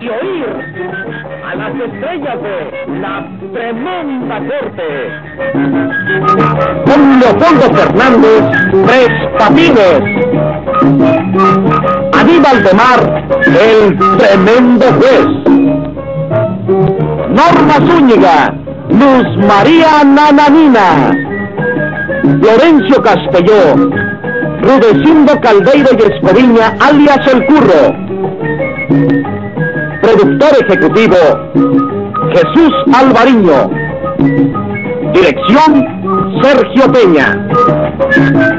y oír a las estrellas de la tremenda corte. Con Leopoldo Fernández, tres patines. Aníbal de Mar, el tremendo juez. Norma Zúñiga, Luz María Nananina. Florencio Castelló, Rudecindo Caldeiro y Escoviña, alias El Curro. Productor ejecutivo, Jesús Alvariño. Dirección, Sergio Peña.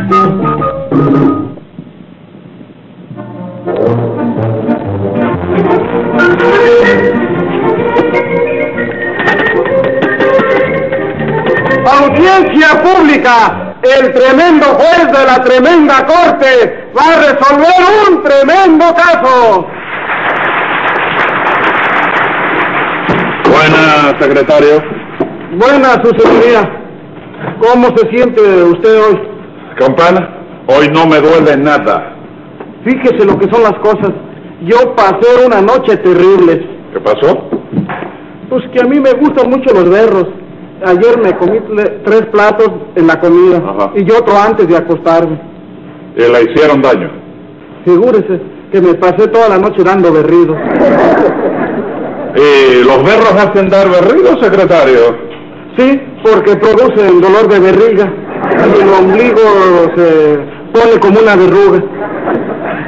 Audiencia pública, el tremendo juez de la tremenda corte va a resolver un tremendo caso. Buenas, secretario. Buena su señoría. ¿Cómo se siente usted hoy? Campana, hoy no me duele nada. Fíjese lo que son las cosas. Yo pasé una noche terrible. ¿Qué pasó? Pues que a mí me gustan mucho los berros. Pues, Ayer me comí tle- tres platos en la comida Ajá. y otro antes de acostarme. Y le Eh, hicieron daño. Figúrese que me pasé toda la noche dando berridos. ¿Y los berros hacen dar berrido, secretario? Sí, porque producen dolor de barriga y el ombligo se pone como una verruga.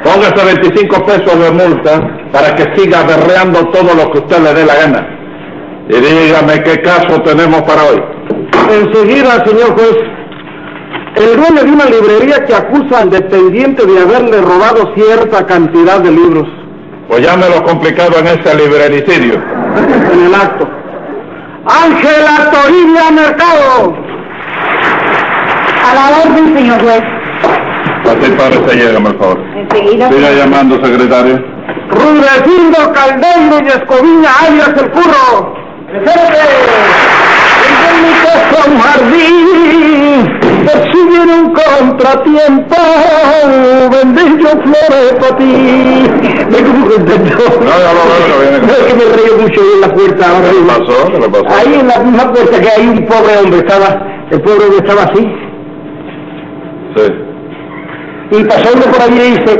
Póngase 25 pesos de multa para que siga berreando todo lo que usted le dé la gana. Y dígame qué caso tenemos para hoy. Enseguida, señor juez, el dueño de una librería que acusa al dependiente de haberle robado cierta cantidad de libros Pues ya me lo complicado en este ese librericidio. en el acto. Ángela Toribia Mercado. A la orden, señor juez. Así parece, llégame, por favor. Enseguida. Siga llamando, secretario. Rudecindo Caldeiro y Escoviña alias El Curro. ¡Presente! Indemnitos con jardín, persiguen un contratiempo, bendito flores para ti. Me como contento. No, no, no, no, viene con- No, es que me río mucho ahí en la puerta ahora. ¿Qué le mismo. pasó? ¿Qué le pasó? Ahí en la misma puerta que hay un pobre hombre estaba, el pobre hombre estaba así, Sí. y pasando por ahí le dice,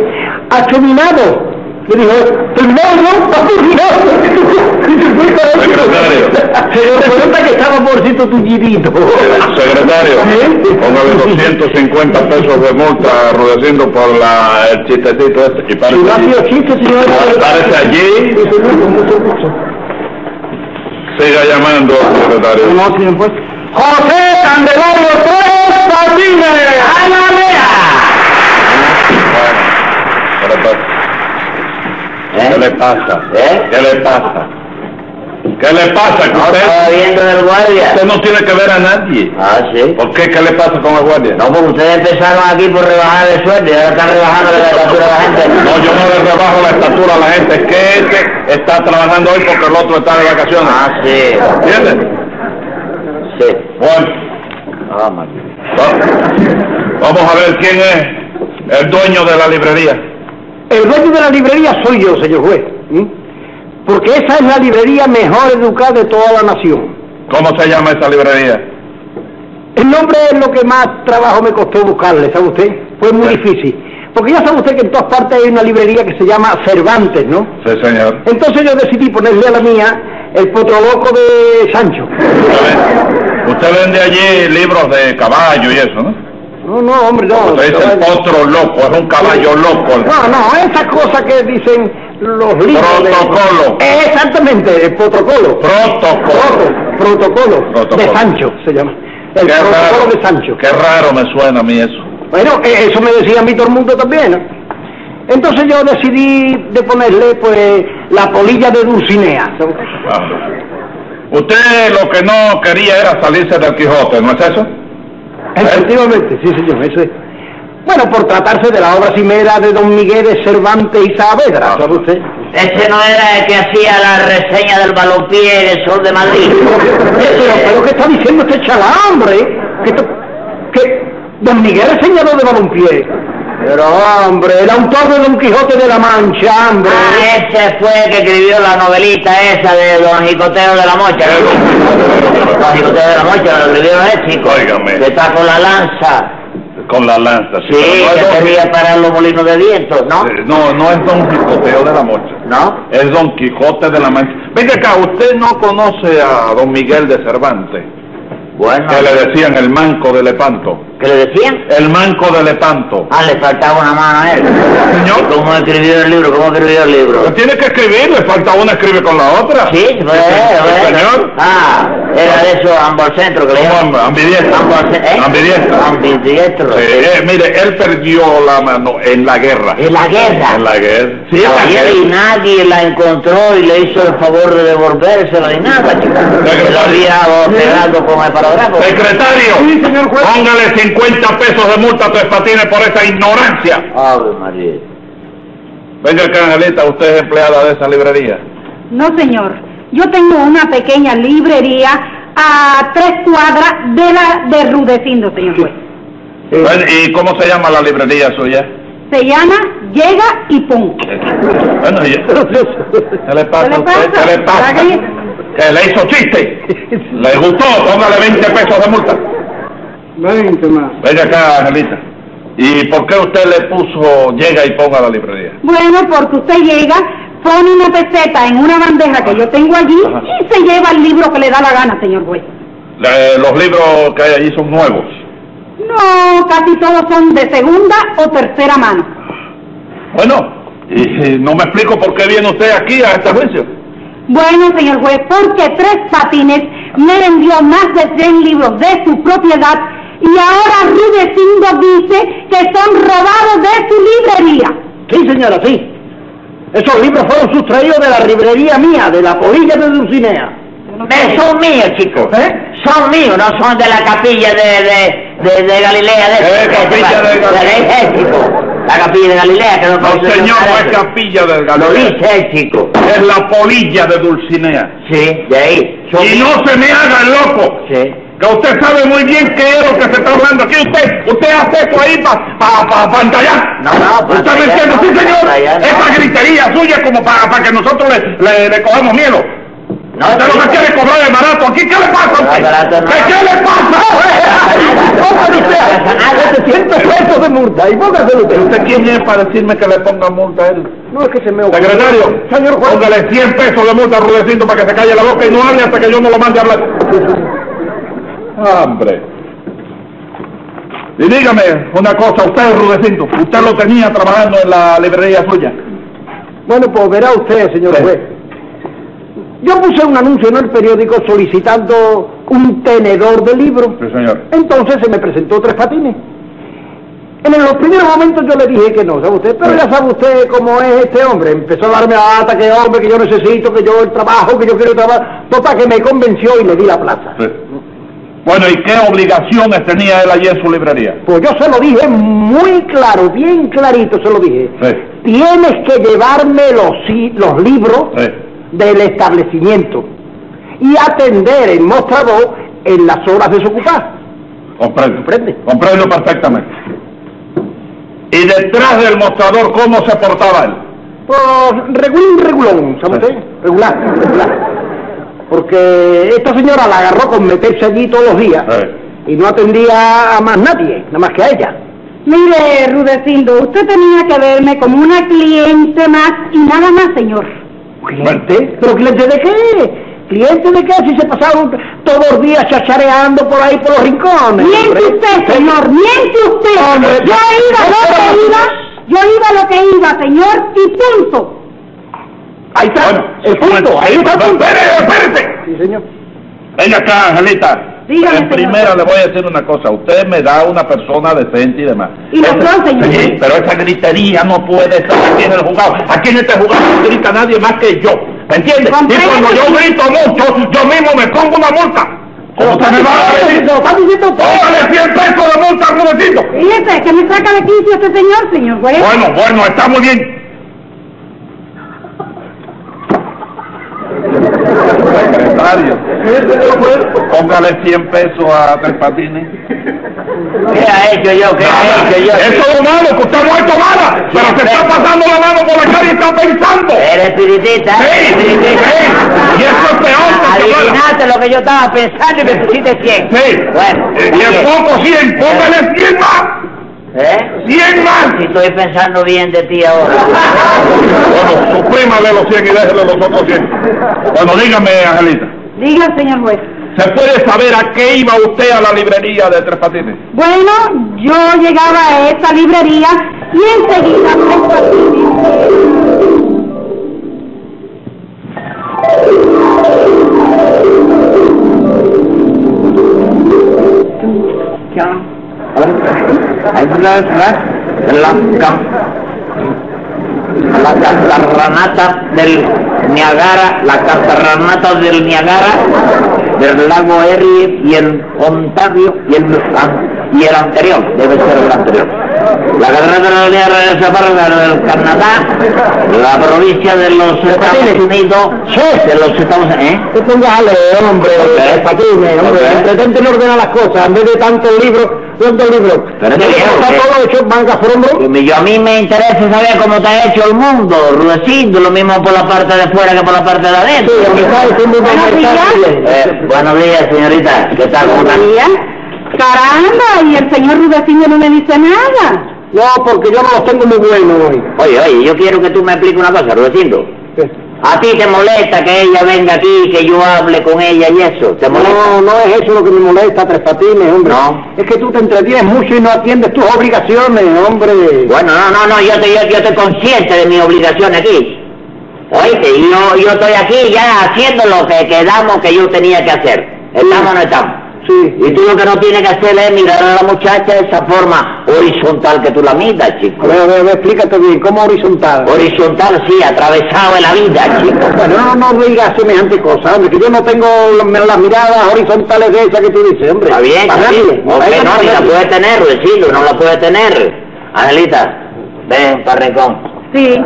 achuminado. Le dijo, primero, achuminado. Y se fue con él. Secretario. Se dio cuenta que estaba pobrecito tullidito. Secretario, ¿Eh? póngale 250 pesos de multa rudeciendo por la, el chistecito este. Y Y párese no ha allí. sido chiste, señor. Párese allí. Dice, "No, con mucho gusto". Siga llamando, secretario. No, señor juez. José Candelario Tres Patines. ¡A la vea! Bueno, ¿Qué le pasa? ¿Eh? ¿Qué le pasa? ¿Qué le pasa? que No estaba usted, viendo en el guardia. usted no tiene que ver a nadie. Ah, sí. ¿Por qué? ¿Qué le pasa con el guardia? No, pues ustedes empezaron aquí por rebajar el sueldo y ahora están rebajando la estatura de la gente. No, yo no le rebajo la estatura a la gente. Es que este está trabajando hoy porque el otro está de vacaciones. Ah, sí. ¿Entiendes? Sí. Bueno. Ah, madre. Va- Vamos a ver quién es el dueño de la librería. El dueño de la librería soy yo, señor juez. ¿m? Porque esa es la librería mejor educada de toda la nación. ¿Cómo se llama esa librería? El nombre es lo que más trabajo me costó buscarle, ¿sabe usted? Fue muy Sí. difícil. Porque ya sabe usted que en todas partes hay una librería que se llama Cervantes, ¿no? Sí, señor. Entonces yo decidí ponerle a la mía el potro loco de Sancho. Usted ve- Usted vende allí libros de caballo y eso, ¿no? No, no, hombre, no. Usted dice el potro loco, es un caballo loco. el No, no, esas cosas que dicen los libros. de- Protocolo. Eh, Exactamente, el protocolo. Protocolo. Protocolo, protocolo, Protocolo. de Sancho se llama. El Qué protocolo raro, de Sancho. qué raro me suena a mí eso. Bueno, eh, eso me decía a mí todo el mundo también. ¿no? Entonces yo decidí de ponerle pues la polilla de Dulcinea. Ah. Usted lo que no quería era salirse del Quijote, ¿no es eso? Efectivamente, sí señor, eso es. Bueno, por tratarse de la obra cimera de Don Miguel de Cervantes y Saavedra, ¿sabe usted? Ese no era el que hacía la reseña del balompié en el sol de Madrid. Pero, pero ¿qué está diciendo este chalá, hombre? Que, esto- que Don Miguel es señaló de balompié. Pero hombre, el autor de Don Quijote de la Mancha, hombre. Ah, ese fue el que escribió la novelita esa de Don Jicoteo de la Mocha. Don Jicoteo de la Mocha, lo escribieron ese chico. Óigame. Que está con la lanza. Con la lanza, sí. Sí, pero no es que don- quería parar los molinos de vientos, ¿no? eh, No, no es Don Quijoteo de la Mocha. ¿No? Es Don Quijote de la Mancha. Venga acá, usted no conoce a Don Miguel de Cervantes, Bueno, que le decían el manco de Lepanto. ¿qué le decían? El manco de Lepanto. Ah, le faltaba una mano a él. Señor. ¿Y ¿Cómo escribió el libro? ¿Cómo escribió el libro? Pero tiene que escribir, le falta una, escribe con la otra. Sí, Eh, pues, eh. bueno. Señor. Ah, era de esos ambocentros que le Como llaman. amb- ambidiestro. Ambocen- ¿eh? Ambidiestro. Ambidiestro. Sí, eh, mire, él perdió la mano en la guerra. En la guerra. En la guerra. Sí, en la Caballero, y guerra. nadie la encontró y le hizo el favor de devolvérsela y nada, chica. Secretario. Se lo había pegado con el parágrafo. Secretario, Sí, señor juez. póngale 50 pesos de multa a tu espatines por esa ignorancia. Ave María. Venga acá, Angelita, usted es empleada de esa librería. No, señor. Yo tengo una pequeña librería a tres cuadras de la de Rudecindo, señor juez. Bueno, ¿Y cómo se llama la librería suya? Se llama Llega y Pon. Bueno, y- ¿qué le pasa a ¿Qué le usted? pasa? ¿Qué le pasa? ¿Para qué? Que le hizo chiste. Le gustó, póngale 20 pesos de multa. Veinte más. Venga acá, Angelita. ¿Y por qué usted le puso llega y ponga la librería? Bueno, porque usted llega, pone una peseta en una bandeja que yo tengo allí Ajá. y se lleva el libro que le da la gana, señor juez. Le- eh, los libros que hay allí son nuevos. No, casi todos son de segunda o tercera mano. Bueno, y, y no me explico por qué viene usted aquí a este juicio. Bueno, señor juez, porque Tres Patines me vendió más de 100 libros de su propiedad y ahora Rudecindo dice que son robados de su librería. Sí, señora, sí. Esos libros fueron sustraídos de la librería mía, de la polilla de Dulcinea. Eh, son míos, chicos. ¿Eh? Son míos, no son de la capilla de, de, de, de Galilea. De, este Eh, capilla de Galilea. eh, chico. La capilla de Galilea, que no No, puede señor, no ser es capilla del Lo Galilea. dice el chico. Es la polilla de Dulcinea. Sí, de ahí. Son Y míos. no se me haga el loco. Sí. Que usted sabe muy bien qué es lo que se está hablando aquí. Usted, usted hace esto ahí para pa, pa, pantallar. No, no, ¿Usted me pantallar entiende? no, sí, señor. pantallar no. Esa gritería suya es como para que nosotros le, le, le cojamos miedo. No, usted no chico. me quiere cobrar el barato aquí. ¿Qué le pasa a usted? No, barato no. ¿Qué, qué le pasa? Póngale usted a- a 700 pesos de multa y póngaselo ¿Usted quién es para decirme que le ponga multa a él? No es que se me Secretario, Señor juez. póngale 100 pesos de multa a Rudecindo para que se calle la boca y no hable hasta que yo no lo mande a hablar. Hombre. Y dígame una cosa, usted Rudecindo, usted lo tenía trabajando en la librería suya. Bueno, pues verá usted, señor Sí. juez. Yo puse un anuncio en el periódico solicitando un tenedor de libros. Sí, señor. Entonces se me presentó Tres Patines. En los primeros momentos yo le dije que no, ¿sabe usted? Pero ya sabe usted cómo es este hombre. Empezó a darme lata, que hombre, que yo necesito, que yo el trabajo, que yo quiero trabajar. Total, que me convenció y le di la plaza. Sí. Bueno, ¿y qué obligaciones tenía él allí en su librería? Pues yo se lo dije muy claro, bien clarito se lo dije. Sí. Tienes que llevarme los, si- los libros Sí. del establecimiento y atender el mostrador en las horas desocupadas. Comprendo. Comprende. Comprendo perfectamente. Y detrás del mostrador, ¿cómo se portaba él? Pues regulín, regulón, ¿sabe Sí. usted? Regular, regular. Porque esta señora la agarró con meterse allí todos los días Sí. y no atendía a más nadie, nada más que a ella. Mire, Rudecindo, usted tenía que verme como una cliente más y nada más, señor. ¿Cliente? ¿Pero cliente de qué? ¿Cliente de qué? Si se pasaron todos los días chachareando por ahí por los rincones. Miente hombre. usted, señor, miente usted. Hombre, Yo iba no, lo pero- que iba, yo iba lo que iba, señor, y punto. Ahí está, Bueno, el punto, ahí está el punto. Espérate, espérate. Sí, señor. Venga acá, Angelita. Dígame, en señor. primera le voy a decir una cosa. Usted me da una persona decente y demás. Y la otra, señor. Sí, pero esa gritería no puede estar aquí en el juzgado. Aquí en este juzgado no grita nadie más que yo. ¿Me entiendes? Y Comprendo. cuando yo grito mucho, yo mismo me pongo una multa. ¿Cómo se me va a Se decir? lo está diciendo todo. ¡Póngale 100 pesos de multa, Rudecito! Fíjese, que me saca de quicio este señor, señor juez. Bueno, bueno, está muy bien. Secretario, póngale 100 pesos a Tres Patines. ¿Qué ha hecho yo? ¿Qué ha hecho yo? Eso es humano, que usted ha muerto bala, pero se está pasando la mano por la cara y está pensando. Eres espiritista, Sí, ¿eh? sí, sí. Y eso es peor porque bueno. Adivinaste lo que yo estaba pensando y me pusiste 100. Sí. Bueno, Y en poco 100, póngale 100 más. ¿Eh? 100 más. Si estoy pensando bien de ti ahora. Bueno, suprímale los 100 y déjele los otros 100. Bueno, dígame, Angelita, Diga, señor juez. ¿se puede saber a qué iba usted a la librería de Tres Patines? Bueno, yo llegaba a esa librería y enseguida Tres Patines. Las, castarranatas del Niagara, las castarranatas del Niagara, del lago Erie y el Ontario y el, an- y el anterior, debe ser el anterior. La carretera del Niagara de Zaparra del Canadá, la provincia de los Estados Unidos, de los Estados ¿eh? Te pongas a leer, hombre, Ok. patines, hombre. Ok. Pretenden ordenar las cosas en vez de tantos libros, tantos libros. Pero es que yo está sé. todo hecho en manga, por hombre. Y me- yo- a mí me interesa saber cómo está hecho el mundo, Rudecindo, lo mismo por la parte de fuera que por la parte de adentro. Sí, aunque está el mundo Buenos está días. bien. Eh, buenos días, señorita. ¿Qué tal? ¿Cómo está? Mira, Caramba, y el señor Rudecindo no me dice nada. No, porque yo no los tengo muy buenos hoy. Oye, oye, yo quiero que tú me expliques una cosa, Rudecindo. ¿A ti te molesta que ella venga aquí, que yo hable con ella y eso? ¿Te molesta? No, no es eso lo que me molesta, Tres Patines, hombre. No. Es que tú te entretienes mucho y no atiendes tus obligaciones, hombre. Bueno, no, no, no, yo, te, yo, yo estoy consciente de mi obligación aquí. Oíste, y yo, yo estoy aquí ya haciendo lo que quedamos que yo tenía que hacer. ¿Estamos o no estamos? Sí. Y tú lo que no tienes que hacer es mirar a la muchacha de esa forma horizontal que tú la miras, A chico. ver, a ver, a ver, explícate bien, ¿cómo horizontal? Horizontal, sí, atravesado en la vida, chico. Bueno, no, no digas semejante cosa, hombre, que yo no tengo las las miradas horizontales de esas que tú dices, hombre. Está bien, Para está bien. nadie, para Hombre, eso no, pues. para ni la nadie. puede tener, Luisito, no la puede tener. Angelita, ven para rincón. Sí.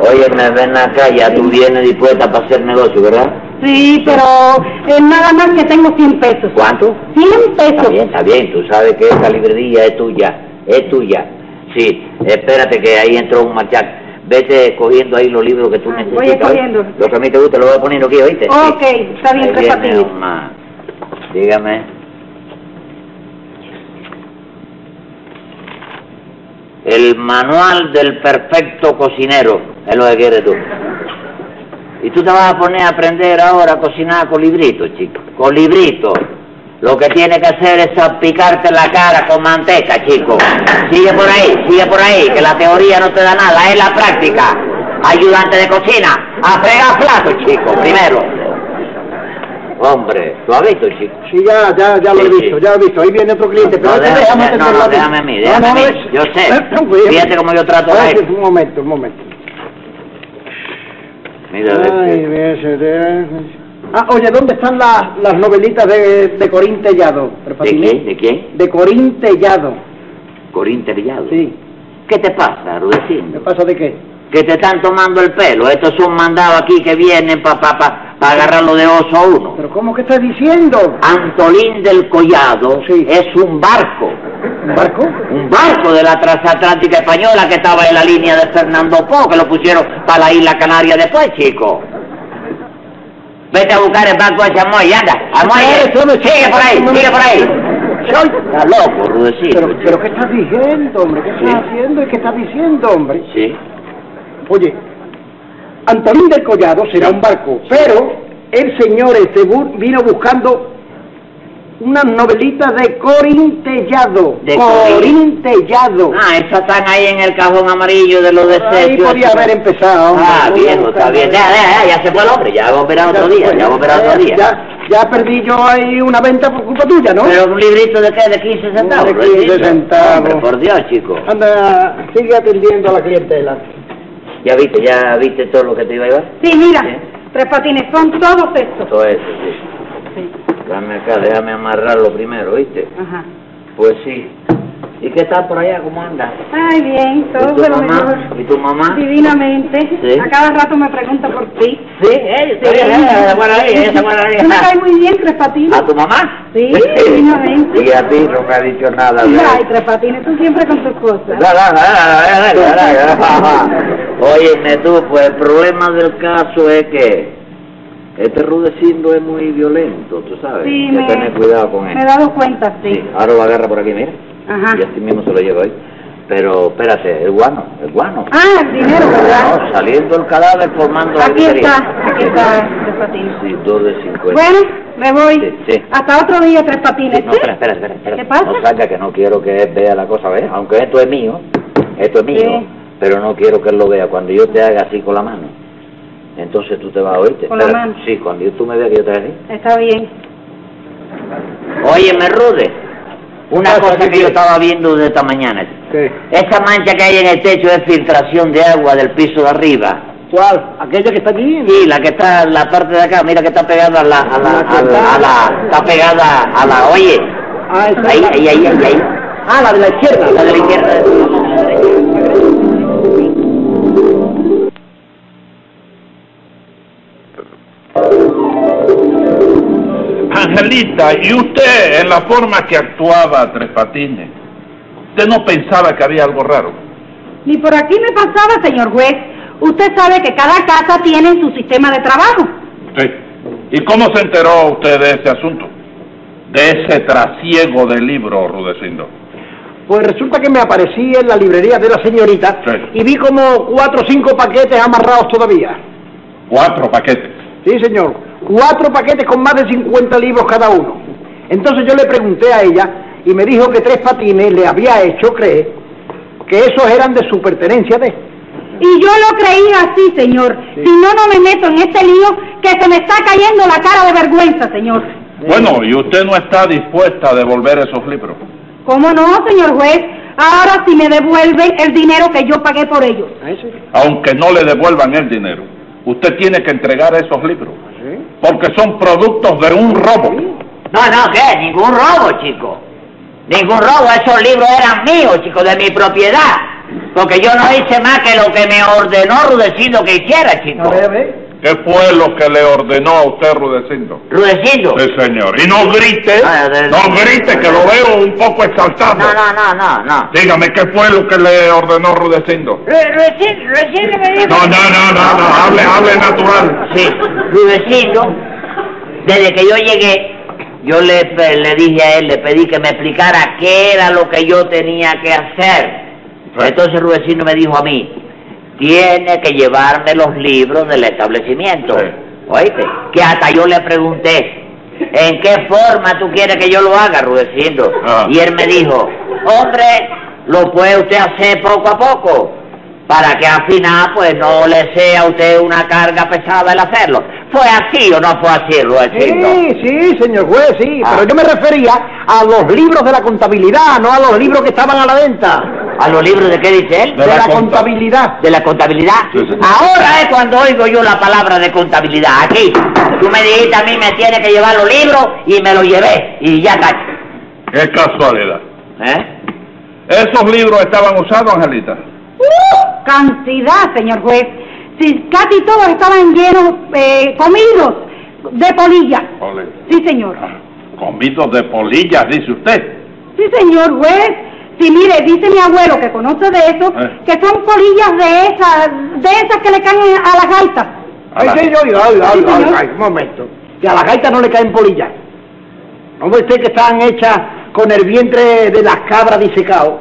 Oye, me ven acá, ya tú vienes dispuesta para hacer negocio, ¿verdad? Sí, pero eh, nada más que tengo 100 pesos. ¿Cuánto? 100 Está pesos. bien, está bien, tú sabes que esa librería es tuya, es tuya. Sí, espérate que ahí entró un machac. Vete cogiendo ahí los libros que tú Ah, voy necesitas. escogiendo. ¿oíste? Los que a mí te gustan los voy poniendo aquí, ¿oíste? Sí. Ok, está bien, Ahí Tres viene Patines. una. Dígame. El manual del perfecto cocinero, es lo que quieres tú. Y tú te vas a poner a aprender ahora a cocinar con librito, chico. Con librito. Lo que tiene que hacer es salpicarte la cara con manteca, chico. Sigue por ahí, sigue por ahí, que la teoría no te da nada, es la práctica. Ayudante de cocina, a fregar platos, chico, primero. Hombre, ¿lo has visto, chico? Sí, ya, ya, ya lo he Sí, sí. visto, ya lo he visto. Ahí viene otro cliente, pero No, este déjame, déjame no, tenerlo no, aquí. déjame a mí, No, déjame no, a mí. es- Yo sé. Pues, Fíjate cómo yo trato a a ver, él. Un momento, un momento. Mira, Ay, este, bien, se te- Ah, oye, ¿dónde están las, las novelitas de, de Corín Tellado? Tres ¿de Patines? quién? ¿De quién? De Corín Tellado, Corín Tellado. sí. ¿Qué te pasa, ¿Me Rudecindo? pasa de qué? Que te están tomando el pelo. Estos son mandados aquí que vienen para pa, pa, pa agarrarlo de oso a uno. ¿Pero cómo que estás diciendo? Antolín del Collado Sí. es un barco. ¿Un barco? Un barco de la transatlántica española que estaba en la línea de Fernando Po, que lo pusieron para la isla Canaria después, chico. Vete a buscar el barco ese amor y anda. Amor, sigue por ahí, sigue por ahí. Soy- Está loco, Rudecito. ¿Pero, pero qué estás diciendo, hombre? ¿Qué estás pues, Sí. haciendo y qué estás diciendo, hombre? Sí. Oye, Antolín del Collado será un barco, pero el señor este bu- vino buscando una novelita de Corín Tellado. De Corín Tellado. Ah, esas están ahí en el cajón amarillo de los deseos. Ahí podía haber empezado. hombre. Ah, Voy a viejo, está buscar- bien. Ya, ya, ya, ya se fue el hombre, ya va a operar otro día, ya va a operar otro día. Ya, ya perdí yo ahí una venta por culpa tuya, ¿no? Pero un librito de qué, de 15 centavos. De 15 Rudecito. centavos. Hombre, por Dios, chico. Anda, sigue atendiendo a la clientela. Ya viste, ya viste todo lo que te iba a llevar. Sí, mira, Sí. Tres Patines, son todos estos. Todo eso, sí. Dame acá, déjame amarrarlo primero, ¿viste? Ajá. Pues sí. ¿Y qué tal por allá? ¿Cómo andas? Ay, bien, todo ¿Y tu de lo mamá? mejor. ¿Y tu mamá? Divinamente. Sí. A cada rato me pregunta por ti. Sí, eh, ella, sí, ella, ella se acuerda de ella, ella se acuerda de Tú me caes ella. muy bien, Tres Patines. ¿A tu mamá? Sí, divinamente. Y a ti no me ha dicho nada. Ay, ¿verdad? Tres Patines, tú siempre con tus cosas. Da, da, da, da, da, da, da, da, da. Óyeme tú, pues el problema del caso es que este Rudecindo es muy violento, tú sabes. Sí, Hay me, que tener cuidado con él. me Ah. he dado cuenta, sí. Sí, ahora lo agarra por aquí, mira. Ajá. Y así mismo se lo lleva ahí. Pero espérate, el guano, el guano. Ah, el dinero, ¿verdad? No, saliendo el cadáver formando la Aquí grifería. está, aquí está Tres Patines. Sí, dos de cincuenta. Bueno, me voy. Sí, sí. Hasta otro día, Tres Patines. Sí, no, espera, espera, espera, espera. ¿Qué pasa? No salga que no quiero que él vea la cosa, ¿ves? Aunque esto es mío, esto es mío, Sí. pero no quiero que él lo vea. Cuando yo te haga así con la mano, entonces tú te vas a oírte. ¿Con la Espera, mano? Sí, cuando yo, tú me veas que yo te haga así. Está bien. Oye, me rude. Una cosa que yo estaba viendo desde esta mañana. ¿Qué? Esa mancha que hay en el techo es filtración de agua del piso de arriba. ¿Cuál? Aquella que está aquí. Sí, la que está, la parte de acá, mira que está pegada a la, a la, a la, a la- está pegada a la, oye, Ah, esa. ahí, ahí, ahí, ahí, ahí. Ah, la de la izquierda. La de la izquierda. Angelita, ¿y usted en la forma que actuaba Tres Patines? ¿Usted no pensaba que había algo raro? Ni por aquí me pasaba, señor juez. Usted sabe que cada casa tiene su sistema de trabajo. Sí. ¿Y cómo se enteró usted de ese asunto? De ese trasiego de libro, Rudecindo. Pues resulta que me aparecí en la librería de la señorita Sí. y vi como cuatro o cinco paquetes amarrados todavía. Cuatro paquetes. Sí, señor. Cuatro paquetes con más de 50 libros cada uno. Entonces yo le pregunté a ella y me dijo que tres patines le había hecho creer que esos eran de su pertenencia de. Y yo lo creí así, señor. Si no, no me meto en este lío que se me está cayendo la cara de vergüenza, señor. Bueno, ¿y usted no está dispuesta a devolver esos libros? ¿Cómo no, señor juez? Ahora sí me devuelven el dinero que yo pagué por ellos. Aunque no le devuelvan el dinero, usted tiene que entregar esos libros. Porque son productos de un robo. No, no, ¿qué? Ningún robo, chico. Ningún robo, esos libros eran míos, chico, de mi propiedad. Porque yo no hice más que lo que me ordenó Rudecindo que hiciera, chico. ¿Qué fue lo que le ordenó a usted, Rudecindo? Rudecindo. Sí, señor. Y no grite, Ah, de- no grite, que lo veo un poco exaltado. No, no, no, no, no. Dígame, ¿qué fue lo que le ordenó Rudecindo? Rudecindo, Rudecindo me dijo... No, no, no, no, no, hable, hable natural. Sí, mi vecino, desde que yo llegué, yo le, pe- le dije a él, le pedí que me explicara qué era lo que yo tenía que hacer. Sí. Entonces Rudecindo me dijo a mí, tiene que llevarme los libros del establecimiento. Sí. Oíste, que hasta yo le pregunté, ¿en qué forma tú quieres que yo lo haga, Rudecindo? Ah. Y él me dijo, hombre, lo puede usted hacer poco a poco, para que al final pues no le sea a usted una carga pesada el hacerlo. ¿Fue así o no fue así, Rudecindo? Sí, sí, señor juez, sí. Ah. Pero yo me refería a los libros de la contabilidad, no a los libros que estaban a la venta. Ah, ¿A los libros de qué dice él? De, la la, conta- contabilidad. de la contabilidad. Sí, sí. Ahora es cuando oigo yo la palabra de contabilidad. Aquí, tú me dijiste a mí me tiene que llevar los libros y me los llevé y ya está. Qué casualidad. ¿Eh? ¿Esos libros estaban usados, Angelita? ¡Uh! Cantidad, señor juez. Si casi todos estaban llenos, eh, comidos de polilla. Ole. Sí, señor. Comidos de polillas, dice usted. Sí, señor juez. Sí, mire, dice mi abuelo que conoce de eso, Eh. que son polillas de esas, de esas que le caen a las gaitas. A Ay, la- sí, yo, yo, yo, yo, Sí, yo, señor. ay, un momento. Que a la gaita no le caen polillas. No ve usted que están hechas con el vientre de las cabras disecado.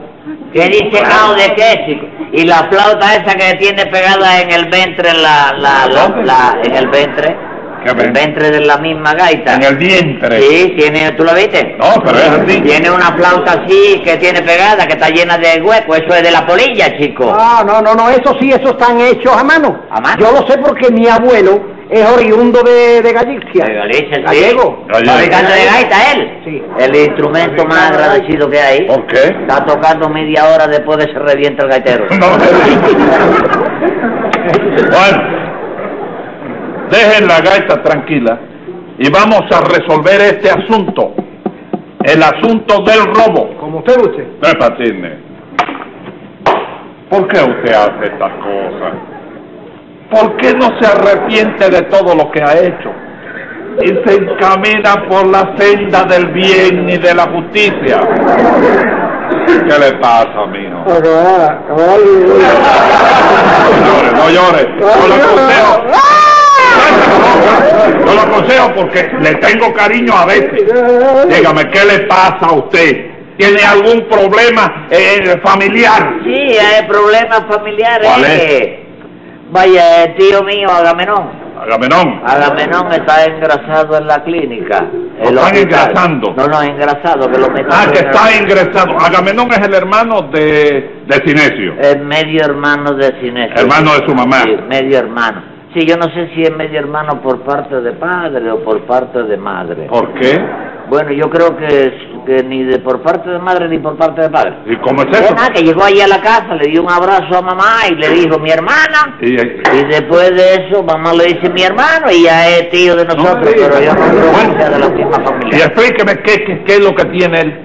¿Qué dice Cao de qué, chico? Y la flauta esa que tiene pegada en el ventre, la, la, la, ¿Dónde? la- en el ventre, Ah, ¿Qué el ventre? ventre de la misma gaita. En el vientre. Sí, tiene, ¿tú la viste? No, pero es así. Tiene una flauta así que tiene pegada, que está llena de hueco, eso es de la polilla, chico. Ah, no, no, no, eso sí, eso están hechos a mano. ¿A mano? Yo lo sé porque mi abuelo es oriundo de, de Galicia. De Galicia, sí. Gallego. Gallego. Fabricante de gaita, él. Sí. El instrumento más agradecido que hay. ¿Por qué? Está tocando media hora después de que se revienta el gaitero. No me diga. Bueno, dejen la gaita tranquila y vamos a resolver este asunto. el asunto del robo. Como usted guste. Tres Patines, ¿por qué usted hace estas cosas? ¿Por qué no se arrepiente de todo lo que ha hecho? Y se encamina por la senda del bien y de la justicia. ¿Qué le pasa, mijo? Camarada, No llores, no llores. Yo lo aconsejo. Yo lo aconsejo porque le tengo cariño a veces. Dígame, ¿qué le pasa a usted? ¿Tiene algún problema eh, familiar? Sí, hay problemas familiares. ¿Cuál es? eh. Vaya, el tío mío, Agamenón. Agamenón. Agamenón está engrasado en la clínica. ¿Lo el están hospital. engrasando? No, no, engrasado, que lo Ah, metieron que en- está ingresado. Agamenón es el hermano de, de Cinesio. Es medio hermano de Sinesio. Hermano de su mamá. Sí, medio hermano. Sí, yo no sé si es medio hermano por parte de padre o por parte de madre. ¿Por qué? Bueno, yo creo que, es- que ni de por parte de madre ni por parte de padre. ¿Y cómo es Pues eso? nada, que llegó allí a la casa, le dio un abrazo a mamá y le dijo, mi hermana. Y, eh, Y después de eso, mamá le dice mi hermano y ya es tío de nosotros, No me digas. pero yo no creo Bueno. que sea de la misma y familia. explíqueme qué, qué, qué es lo que tiene él.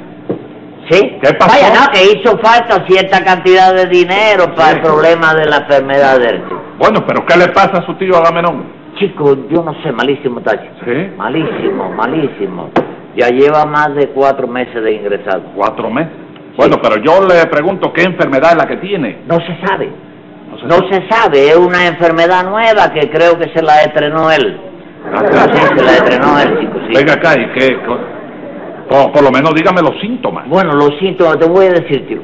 ¿Sí? ¿Qué pasó? Vaya, no, que hizo falta cierta cantidad de dinero para el problema de la enfermedad del chico. Bueno, pero ¿qué le pasa a su tío Agamenón? Chico, yo no sé, malísimo tacho. ¿Sí? Malísimo, malísimo. Ya lleva más de cuatro meses de ingresado. Cuatro meses. Bueno, pero yo le pregunto qué enfermedad es la que tiene. No se sabe, No sé. no se sabe. Es una enfermedad nueva que creo que se la estrenó él. Ah, Sí, sí. se la estrenó él, chico, sí. Venga acá y qué. co- Por, por lo menos dígame los síntomas. Bueno, los síntomas, te voy a decir, tío.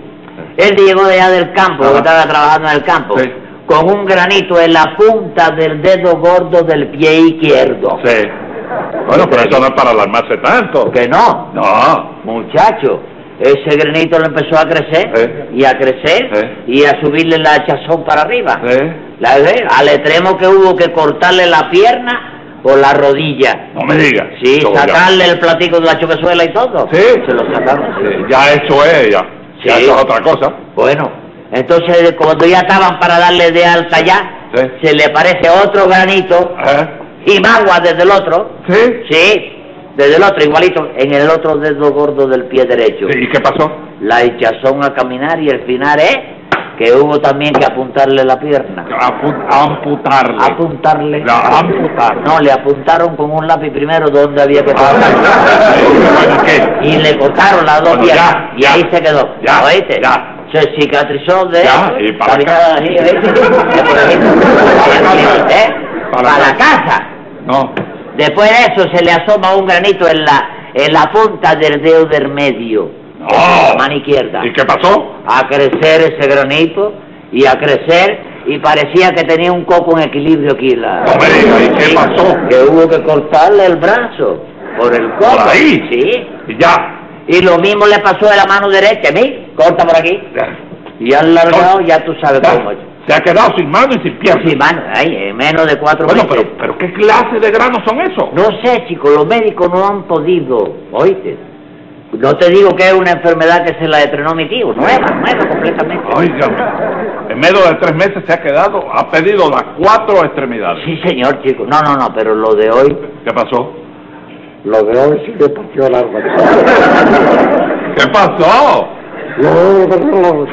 Él llegó de allá del campo, Ajá. porque estaba trabajando en el campo, Sí. con un granito en la punta del dedo gordo del pie izquierdo. Sí. Bueno, pero eso no es para alarmarse tanto. Que no, No. muchacho, ese granito le empezó a crecer Eh. y a crecer Eh. y a subirle la hachazón para arriba. Sí. La ve, al extremo que hubo que cortarle la pierna o la rodilla. No me diga. Sí, Yo ya- sacarle el platico de la choquezuela y todo. Sí. Se lo sacaron. sí. Eh, Ya eso es, ya. Ya Sí. eso es otra cosa. Bueno, entonces cuando ya estaban para darle de alta ya, Sí. se le aparece otro granito ¿Eh? y magua desde el otro. ¿Sí? Sí, desde el otro, igualito, en el otro dedo gordo del pie derecho. ¿Y qué pasó? La hinchazón a caminar y el final es que hubo también que apuntarle la pierna. Apu- amputarle. Apuntarle. La- amputar. Ah, No, le apuntaron con un lápiz primero donde había que apuntar. Bueno, ¿qué? Y le cortaron las dos Bueno, piernas. ya, y ahí ya, se quedó. ya, ¿Oíste? ya. Se cicatrizó de Ya, eso, y para acá. la mitad de ahí, ¿oíste? De por ahí. Para la casa. ¿Eh? Para la Para la casa. No. Después de eso se le asoma un granito en la en la punta del dedo del medio, No. la mano izquierda. ¿Y qué pasó? A crecer ese granito y a crecer y parecía que tenía un coco en equilibrio aquí la. No me diga, ¿y qué Sí, pasó? Que hubo que cortarle el brazo por el coco. ¿Por ahí? Sí. Y ya. Y lo mismo le pasó de la mano derecha, a mí, corta por aquí. Ya. Y al largado ya tú sabes cómo es. Se ha quedado sin mano y sin pierna. Sí, mano, ahí, en menos de cuatro bueno, meses. pero, pero ¿qué clase de granos son esos? No sé, chico, los médicos no han podido, oíste. No te digo que es una enfermedad que se la estrenó mi tío, nueva, nueva completamente. Óigame, en menos de tres meses se ha quedado, ha pedido las cuatro extremidades. Sí, señor, chico. No, no, no, pero lo de hoy, ¿Qué pasó? Lo de hoy sí que partió el alma. ¿Qué pasó? Lo de hoy partió el alma.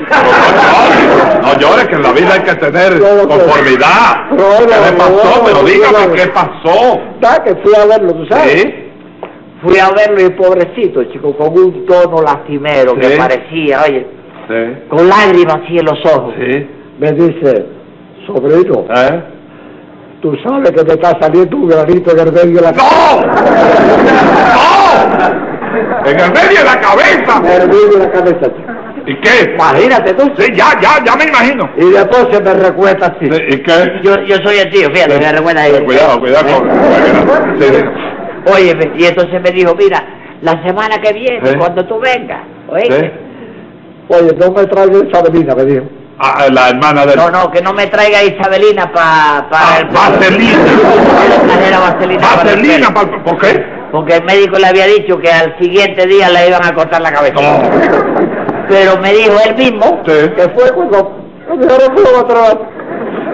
No llores, que en la vida hay que tener No, no, conformidad. no, no, ¿Qué le no, pasó? no, Pero no, dígame, no. ¿qué pasó? Da que fui a verlo, ¿tú sabes? ¿Sí? fui a verlo y pobrecito, chico, con un tono lastimero Sí. que parecía, oye, Sí. con lágrimas así en los ojos. Sí. Me dice, sobrino, ¿Eh? tú sabes que te está saliendo un granito en el medio de la ¡No! ¡No! ¡En el medio de la cabeza! en el medio de la cabeza. ¿Y qué? Imagínate tú. Sí, ya, ya, ya me imagino. Y después se me recuesta así. ¿Y qué? Yo, yo soy el tío, fíjate, me recuerda él. Cuidado, cuidado con... Sí, sí. Oye, me- y entonces me dijo, mira, la semana que viene, Sí. cuando tú vengas, Sí. oíste. Oye, no me traigas esa bebida, me dijo. Ah, la hermana del... No, no, que no me traiga Isabelina para Ah, el... vaselina. La escalera vaselina. para el Vaselina, pelo. pa- ¿por qué? Porque el médico le había dicho que al siguiente día le iban a cortar la cabeza. Pero me dijo él mismo, Sí. Que fue cuando me dijeron que lo va a traer.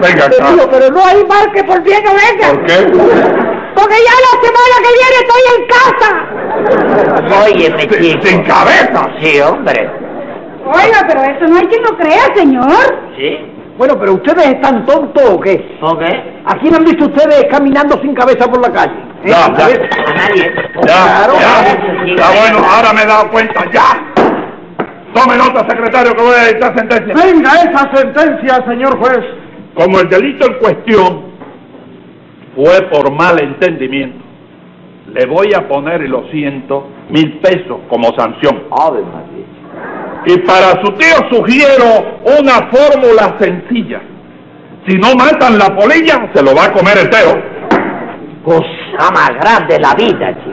Venga Me acá. dijo, pero no hay mal que ¿Por qué no venga? ¿Por qué? Porque que ya la semana que viene estoy en casa. Óyeme, Sin- chico. sin cabeza. Sí, hombre. Oiga, pero eso no hay quien lo crea, señor. ¿Sí? Bueno, pero ustedes están tontos o qué? ¿Por qué? ¿A quién han visto ustedes caminando sin cabeza por la calle? ¿Eh? Ya, A ya. ver. A nadie. Ya, Claro. ya. Sí, Ya, bueno, cabeza. ahora me he dado cuenta, ya. Tome nota, secretario, que voy a dictar sentencia. Venga esa sentencia, señor juez. Como el delito en cuestión fue por mal entendimiento, le voy a poner, y lo siento, mil pesos como sanción. Ave María. Y para su tío sugiero una fórmula sencilla. Si no matan la polilla, se lo va a comer entero. Cosa más grande de la vida, chico.